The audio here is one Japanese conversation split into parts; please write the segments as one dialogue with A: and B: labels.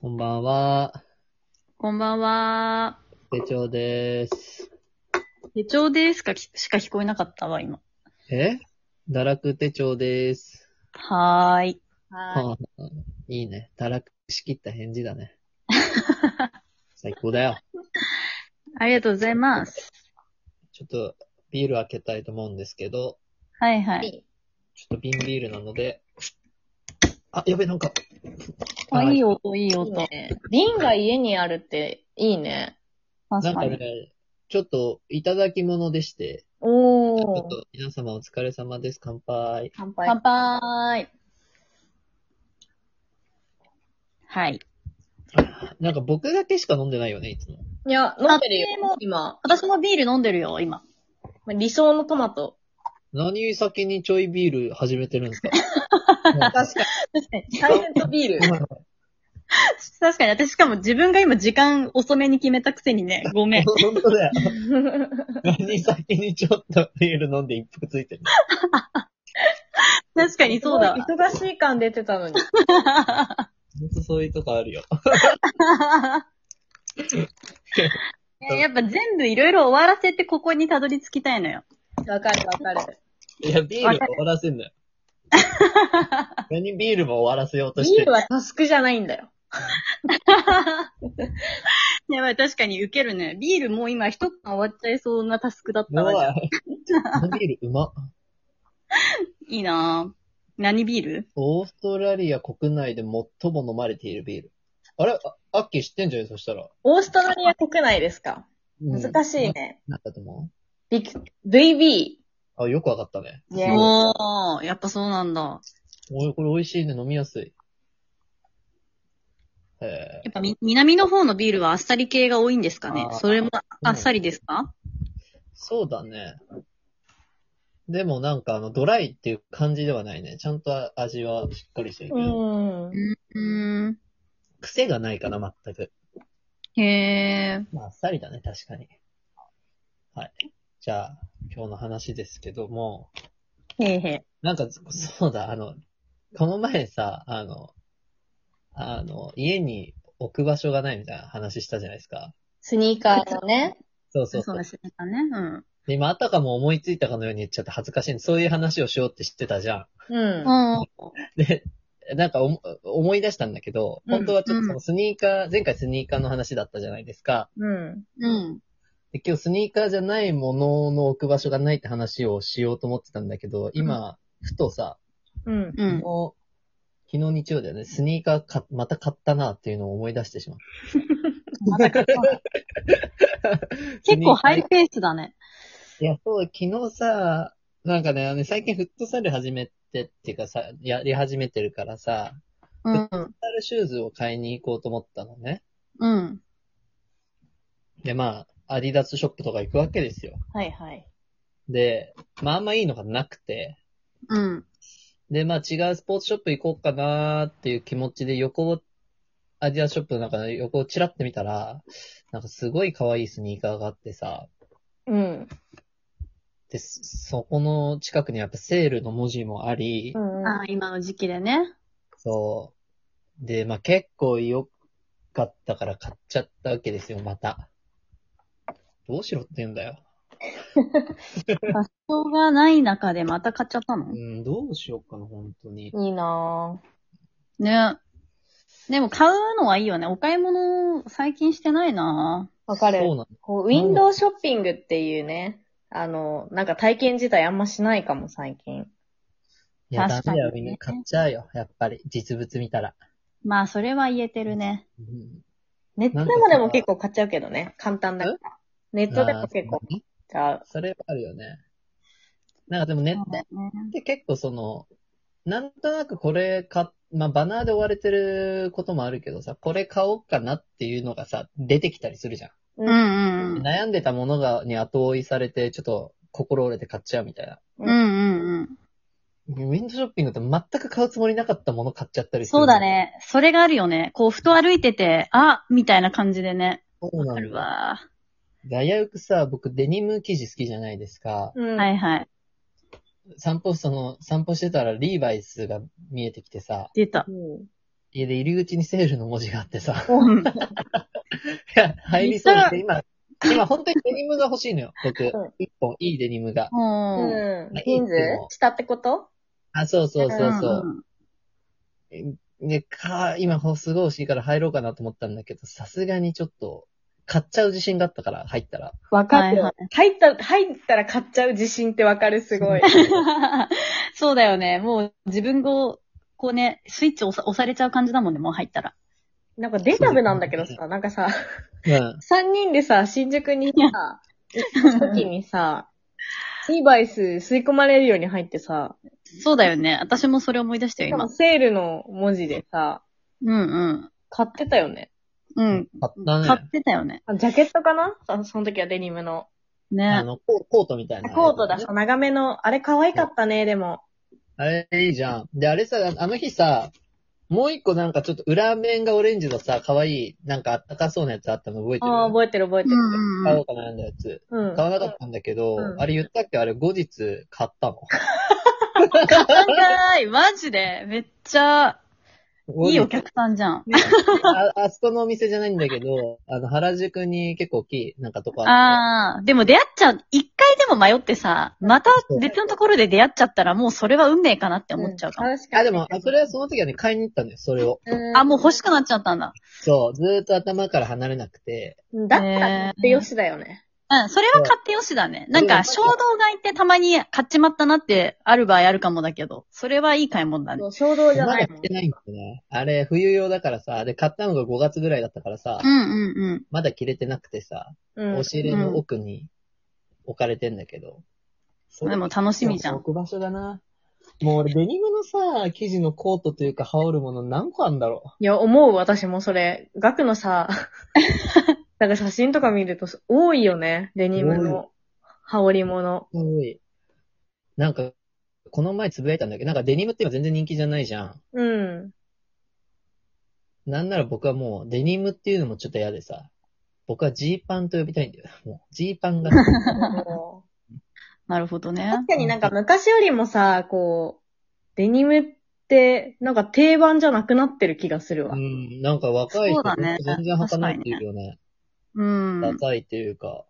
A: こんばんは。
B: こんばんは。
A: 手帳です。
B: 手帳ですかきしか聞こえなかったわ、今。
A: え堕落手帳です。
B: はーい。
A: はあいいね。堕落しきった返事だ ね。最高だよ。
B: ありがとうございます。
A: ちょっとビール開けたいと思うんですけど、
B: はいはい。
A: ちょっと瓶ビールなので、あ、やべ、なんか、
B: あ、
A: はい
B: い音、いい
C: いい
B: 音。
C: ね瓶が家にあるっていいね。
A: な
B: 確
A: ん
B: か
A: か
B: に。
A: ね、ちょっといただき物でして、ちょ
C: お
A: っ。と皆様お疲れ様です。乾杯。
C: 乾杯。
B: 乾杯。はい。
A: なんか僕だけしか飲んでないよね、いつも。
C: いや、飲んでる
B: あでも
C: よ、今。
B: 私もビール飲んでるよ、今。
C: 理想のトマト。
A: 何先にちょいビール始めてるんですか
C: 確かに。サイレントビール。
B: 確かに、私しかも自分が今時間遅めに決めたくせにね、ごめん。
A: 本当だよ。何先にちょっとビール飲んで一服ついてる。
B: 確かにそうだ わ。
C: 忙しい感出てたのに。
A: 本当そういうとこあるよ。
B: ねやっぱ全部いろいろ終わらせてここにたどり着きたいのよ。
C: わかるわかる。
A: いや、ビールは終わらせ んだよ。何ビールも終わらせようとし
C: ビ
A: て
C: ール
A: る。
C: はタスクじゃないんだよ。
B: やばい、確かに受けるね。ビールもう今一缶終わっちゃいそうなタスクだった
A: もう、
B: わ。
A: あのビールうま。
B: いいなぁ。何ビール
A: オーストラリア国内で最も飲まれているビール。あれあアッキー知ってんじゃんそしたら。
C: オーストラリア国内ですか
A: うん
C: 難しい。ね。
A: なんだと思
C: ビク VB。
A: うあ、よくわかったね。
C: イェーイ
B: おー、やっぱそうなんだ。
A: おいこれ美味しいね。飲みやすい。へ
B: やっぱみ南の方のビールはあっさり系が多いんですかね
A: あー
B: それもあっさりですか、
A: そうだね。でもなんかあの、ドライっていう感じではないね。ちゃんと味はしっかりしてる
C: う
A: けど。
C: ん。
B: うーん。
A: 癖がないかな、全く。
B: へー。
A: まあ、あっさりだね、確かに。はい。じゃあ、今日の話ですけども、
B: へーへ
A: なんか、そうだ、あの、この前さ、あの、あの、家に置く場所がないみたいな話したじゃないですか。
C: スニーカーのね。
A: そうそ
B: ー。
A: うそ
B: そう
A: う
B: で。すね。うん。
A: で今、あたかも思いついたかのように言っちゃって恥ずかしいんで。そういう話をしようって知ってたじゃん。
C: うん。
B: うん。
A: で、なんかおも思い出したんだけど、
C: うん
A: 本当はちょっとそのスニーカー、前回スニーカーの話だったじゃないですか。
C: うん。
B: うん。
A: で今日スニーカーじゃないものの置く場所がないって話をしようと思ってたんだけど、今、ふとさ、
C: うん。
B: うん。
A: 昨日昨日日曜だよね、スニーカーかまた買ったなっていうのを思い出してしまった。
B: 結構ハイペースだね。
A: いや、そう、昨日さ、なんかね、あのね最近フットサル始めてっていうかさ、やり始めてるからさ、
B: うん。
A: フットサルシューズを買いに行こうと思ったのね。
B: うん。
A: で、まあ、アディダスショップとか行くわけですよ。
C: はいはい。
A: で、まあ、あんまいいのがなくて、
B: うん。
A: で、まあ、違うスポーツショップ行こうかなーっていう気持ちで横を、アディダスショップの中で横をチラって見たら、なんかすごい可愛いスニーカーがあってさ、
C: うん。
A: で、そそこの近くにやっぱセールの文字もあり、
C: うん。
B: あー今の時期でね。
A: そう。で、まあ、結構良かったから買っちゃったわけですよ、また。どうしろって言うんだよ。
B: 人がない中でまた買っちゃったの
A: うん、どうしようかな、本当に。
C: いいなぁ。
B: ね。でも買うのはいいよね。お買い物最近してないな
C: わかる。
A: そうなん
C: こう、ウィンドウショッピングっていうね、あの、なんか体験自体あんましないかも、最近。
A: いや、ダ
B: 確か
A: メ
B: に
A: だよ、みんな買っちゃうよ。やっぱり、実物見たら。
B: まあ、それは言えてるね。
A: うん
C: ネットでもでも結構買っちゃうけどね、簡単だから。ネットでも結構
A: ま
C: 買っ
A: あ
C: ちゃう。
A: それはあるよね。なんかでもネットって結構その、なんとなくこれか、まあバナーで追われてることもあるけどさ、これ買おうかなっていうのがさ、出てきたりするじゃ。
B: うんうんうんん。
A: 悩んでたものが、に後追いされて、ちょっと心折れて買っちゃうみたいな。
B: うんうん
A: ウィンドウショッピングって全く買うつもりなかったもの買っちゃった
B: うん。
A: りする。
B: そうだ。ね。それがあるよね。こう、ふと歩いてて、あみたいな感じでね。
A: そう
B: あ
A: なん
B: る
A: だ。
B: わ。
A: で危うくさ、僕デニム生地好きじゃないですか。
C: うん。
B: はいはい。
A: 散歩、その、散歩してたらリーバイスが見えてきてさ、
B: 出た。
C: うん
A: 家で入り口にセールの文字があってさ、
C: うん
A: いや、入りそうで、今、今本当にデニムが欲しいのよ、僕
C: うん。
A: 一本、いいデニムが。
B: うん。
C: うん
A: まあ。いい
C: ジーンズ
A: けど
C: 下ってこと
A: あ、そうそうそうそう。
B: ん。
A: で、か、今、すごい欲しいから入ろうかなと思ったんだけど、さすがにちょっと、買っちゃう自信があったから、入ったら。
C: わかる、
B: はい
C: 入った、入ったら買っちゃう自信ってわかる、す ごい。
B: そうだよね。もう自分を、こうね、スイッチ押さ押されちゃう感じだもんね、もう入ったら。
C: なんかデジャブなんだけどさ、なんかさ、
A: うん。
C: 3人でさ、新宿にさ、行った時にさ、シーバイス吸い込まれるように入ってさ、
B: そうだよね。私もそれ思い出したよ、
C: 多
B: 今
C: 分。セールの文字でさ、
B: うん
C: 買ってたよね。
B: うん。うん。
A: 買ったね。
B: 買ってたよね。
C: あジャケットかなあその時はデニムの。
A: あ
B: ね。
A: の、ココートみたいな。
C: コートだし、長めの、あれ可愛かったね、でも。
A: あれいいじゃん。で、あれさ、あの日さ、もう一個なんかちょっと裏面がオレンジのさ、可愛い、なんかあったかそうなやつあったの覚えてる
C: ああ、覚えてる覚えて
B: う
C: る。
B: ん
A: 買
B: う
A: お
B: ん
A: う。か悩んだやつ。
C: うん。
A: 買わなかったんだけど、
C: うん
A: あれ言ったっけあれ後日買ったの。
B: 買ったんかーいマジでめっちゃ、 いいお客さんじゃん。
A: ああそこのお店じゃないんだけど、あの、原宿に結構大きい、なんかとこあっ
B: ああ、でも出会っちゃう、一回でも迷ってさ、また別のところで出会っちゃったらもうそれは運命かなって思っちゃうかも。
C: ん確
A: て。
C: かに。
A: あ、でも、あそれはその時はね、買いに行ったんだよ、それを。
C: うん
B: あ、もう欲しくなっちゃったんだ。
A: そう、ずーっと頭から離れなくて。
C: だったらってよしだよね。
B: うん、それは買ってよしだね。なんか衝動買いってたまに買っちまったなってある場合あるかもだけど、それはいい買い物だね。
C: そう衝動じゃ
A: ま
C: な
A: だ
C: い
A: 着
C: もん。
A: てないんだよね。あれ、冬用だからさ、で、買ったのが5月ぐらいだったからさ、
B: うんうんうん。
A: まだ着れてなくてさ、
C: うん
A: 押し入れの奥に置かれてんだけど。それ
B: でも楽しみじゃん
A: 置く場所だな。もう俺、デニムのさ、生地のコートというか、羽織るもの何個あんだろう。
C: いや、思う、私もそれ。額の さ、なんか写真とか見ると多いよね。デニムの羽織物。
A: すごい。なんか、この前つぶやいたんだけど、なんかデニムって今全然人気じゃないじゃん。
C: うん。
A: なんなら僕はもうデニムっていうのもちょっと嫌でさ。僕はジーパンと呼びたいんだよ。もう、ジーパン が。
C: 確
B: なるほどね。
C: かになんか昔よりもさ、こう、デニムって、なんか定番じゃなくなってる気がするわ
A: う。ん、なんか若い人
B: そうだね
A: 全然履かないっていうよね。
B: うん。
A: ダサいっていうか。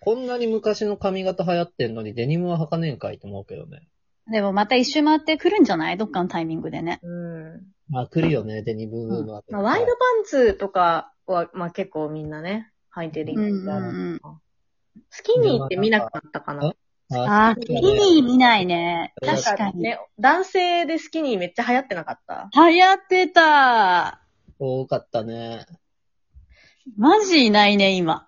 A: こんなに昔の髪型流行ってんのにデニムは履かねえんかいと思うけどね。
B: でもまた一周回ってくるんじゃないどっかのタイミングでね。
C: うん。
A: まあ来るよね、デニムブームは。
C: まあ、ワイドパンツとかは、まあ結構みんなね、履いてるイメージある。
B: うんうんうん
C: スキニーって見なくなったかな。
B: ああ、
A: 好き
B: スキ
A: だね
B: ニー見ないね。
A: うん
B: 確かに。
C: ね、男性でスキニーめっちゃ流行ってなかった
B: 流行ってた。
A: 多かったね。
B: マジいないね、今。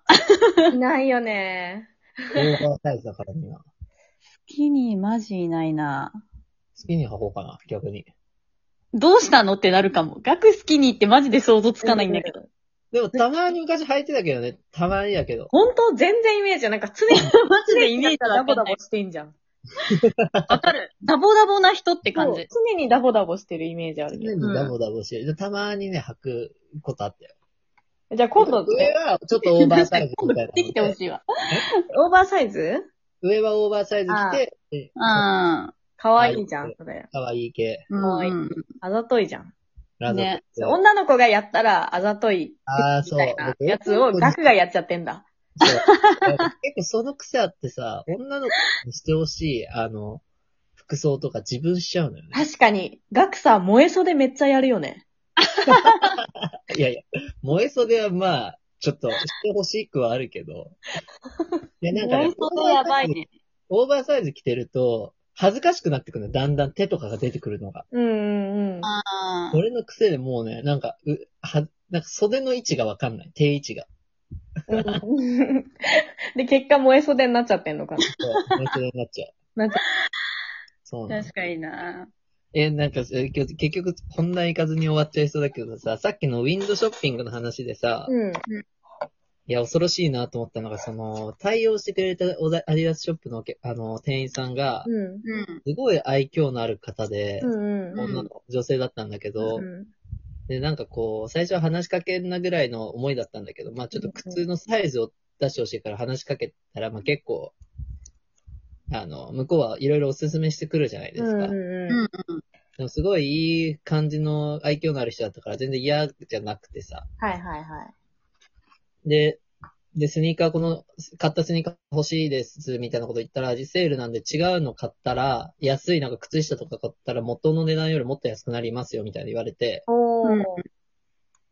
C: いないよね。
A: オーバーサイズだから今。好
B: スキニーマジいないな。
A: きに履こうかな、逆に。
B: どうしたのってなるかも。学スキニーってマジで想像つかないんだけど。
C: ど。
A: でも、たまに昔履いてたけどね。たまにだけど。
C: 本当全然イメージはなんか常に、
B: マジ
C: 常
B: で
C: に
B: イメージ
C: ダ
B: わ
C: ボ
B: かんな
C: ダボ
B: い。
C: してんじゃん。
B: わかる。ダボダボな人って
C: そ
B: 感
C: う
B: じ。
C: 常にダボダボしてるイメージあ
A: 常
C: るけど。
A: にダボダボしてる。でたまにね、履くことあったよ。
C: じゃあ今度、
A: 上はちょっとオーバーサイズみたいなの で。
B: できてほしいわ。
C: オーバーサイズ
A: 上はオーバーサイズ着て、で
B: うん。か
C: かわいいじゃん、それ。
A: 可愛い系。
C: わいいあざといじゃん。
A: ラザ
B: ね
A: と
C: 女の子がやったらあざとい
A: ああ、そ
C: み
A: う
C: たいな。
A: 僕
C: やつ
A: そ
C: を
A: う
C: ガクがやっちゃってんだ。
A: そう結構その癖あってさ、女の子にしてほしい、あの、服装とか自分しちゃうのよね。
C: 確かに、ガクさ、燃え袖めっちゃやるよね。
A: いやいや、燃え袖はまあ、ちょっとしてほしくはあるけ ど。いや、なんか、ね、
B: やばいね。
A: オーバーサイズ着てると、恥ずかしくなってくるのよだんだん手とかが出てくるのが。
C: うんうんうん。
B: あー
A: 俺の癖でもうね、なんか、う、は、なんか袖の位置がわかんない。手位置が。
C: で、結果燃え袖になっちゃってんのか
A: そう、燃え袖になっちゃう。
C: なっちゃ
A: そうなの
B: 確かにな。
A: え、なんか、え結結局、こんな行かずに終わっちゃいそうだけどさ、さっきのウィンドショッピングの話でさ、
C: な。うん。
A: いや、恐ろしいなと思ったのが、その、対応してくれたおだアディダスショップのおけあの店員さんが、
C: うん。
B: うん。
A: すごい愛嬌のある方で、
C: うんうん。
A: 女の女性だったんだけど、
C: うん
A: で、なんかこう、最初は話しかけんなぐらいの思いだったんだけど、まあちょっと靴のサイズを出してほしいから話しかけたら、まあ結構、あの、向こうはいろいろおすすめしてくるじゃないですか。
C: うんうんうん
B: うん。
A: でもすごいいい感じの愛嬌のある人だったから全然嫌じゃなくてさ。
C: はいはいはい。
A: で、で、スニーカーこの、買ったスニーカー欲しいです、みたいなこと言ったら、味セールなんで違うの買ったら、安いなんか靴下とか買ったら元の値段よりもっと安くなりますよ、みたいな言われて、
C: お
B: う
C: ー。
B: ん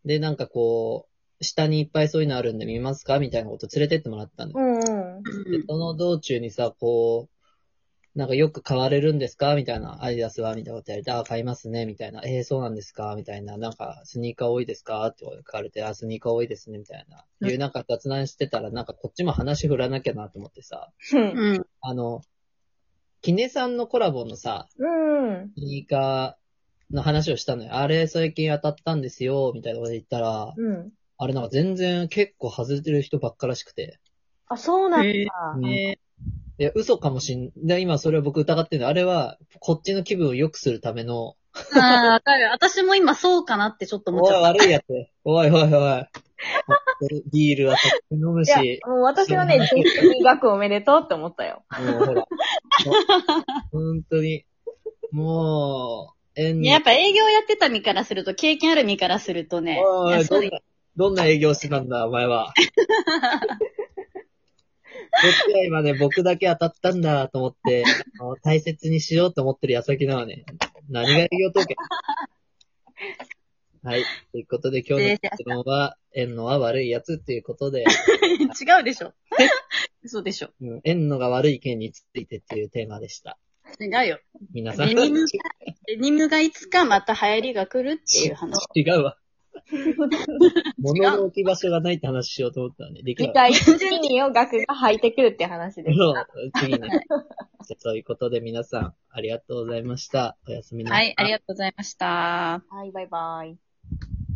A: で、なんかこう、下にいっぱいそういうのあるんで見ますかみたいなこと連れてってもらったんだよ
C: うんうん。
A: で、その道中にさ、こう、なんかよく買われるんですかみたいな、アディダスはみたいなことやりて、あ、買いますね、みたいな、えー、そうなんですかみたいな、なんか、スニーカー多いですかって聞かれて、あ、スニーカー多いですね、みたいな。
C: うん
A: いう、なんか雑談してたら、なんかこっちも話振らなきゃなと思ってさ、
C: うん
B: うん。
A: あの、キネさんのコラボのさ、
C: うん。
A: スニーカーの話をしたのよ。あれ、最近当たったんですよ、みたいなこと言ったら、
C: うん。
A: あれなんか全然結構外れてる人ばっからしくて。
C: あ、そうなんだ。
B: へー
A: うん
B: え
A: いや、嘘かもしんない。今それは僕疑ってるの。あれは、こっちの気分を良くするための、
B: ー、ああ、わかる。私も今そうかなってちょっと思っ
A: お
B: ち
A: い
B: ゃった。
A: 悪いやつ。おいおいおい。持ってるビールはとって飲む
C: いや
A: し、、
C: もう私はね、実際に学おめでとうって思ったよ。
A: もうほら。本当に。もう、縁
B: ね、やっぱ営業やってた身からすると、経験ある身からするとね、
A: おいお
B: いや
A: い、
B: そ
A: ど
B: うん
A: な、どんな営業してたんだ、お前 は。こっちは今ね、僕だけ当たったんだと思って、あの大切にしようと思ってる矢先なのね。何が営業 統計はい。ということで、今日の質問は、縁のは悪いやつっていうことで、
B: 違うでしょ。 嘘でしょ。
A: うん、縁のが悪い件についてっていうテーマでした。
B: 違うよ。
A: 皆さん、
B: デニムが、デニムがいつかまた流行りが来るっていう話。
A: 違う わ。物の置き場所がないって話しようと思ったのね。できなか
C: 次
A: った
C: 回、次にを学が履いてくるって話です。
A: そう、次ね。じゃあそういうことで皆さん、ありがとうございました。おやすみなさ
B: はい、ありがとうございました。
C: はい、バイバイ。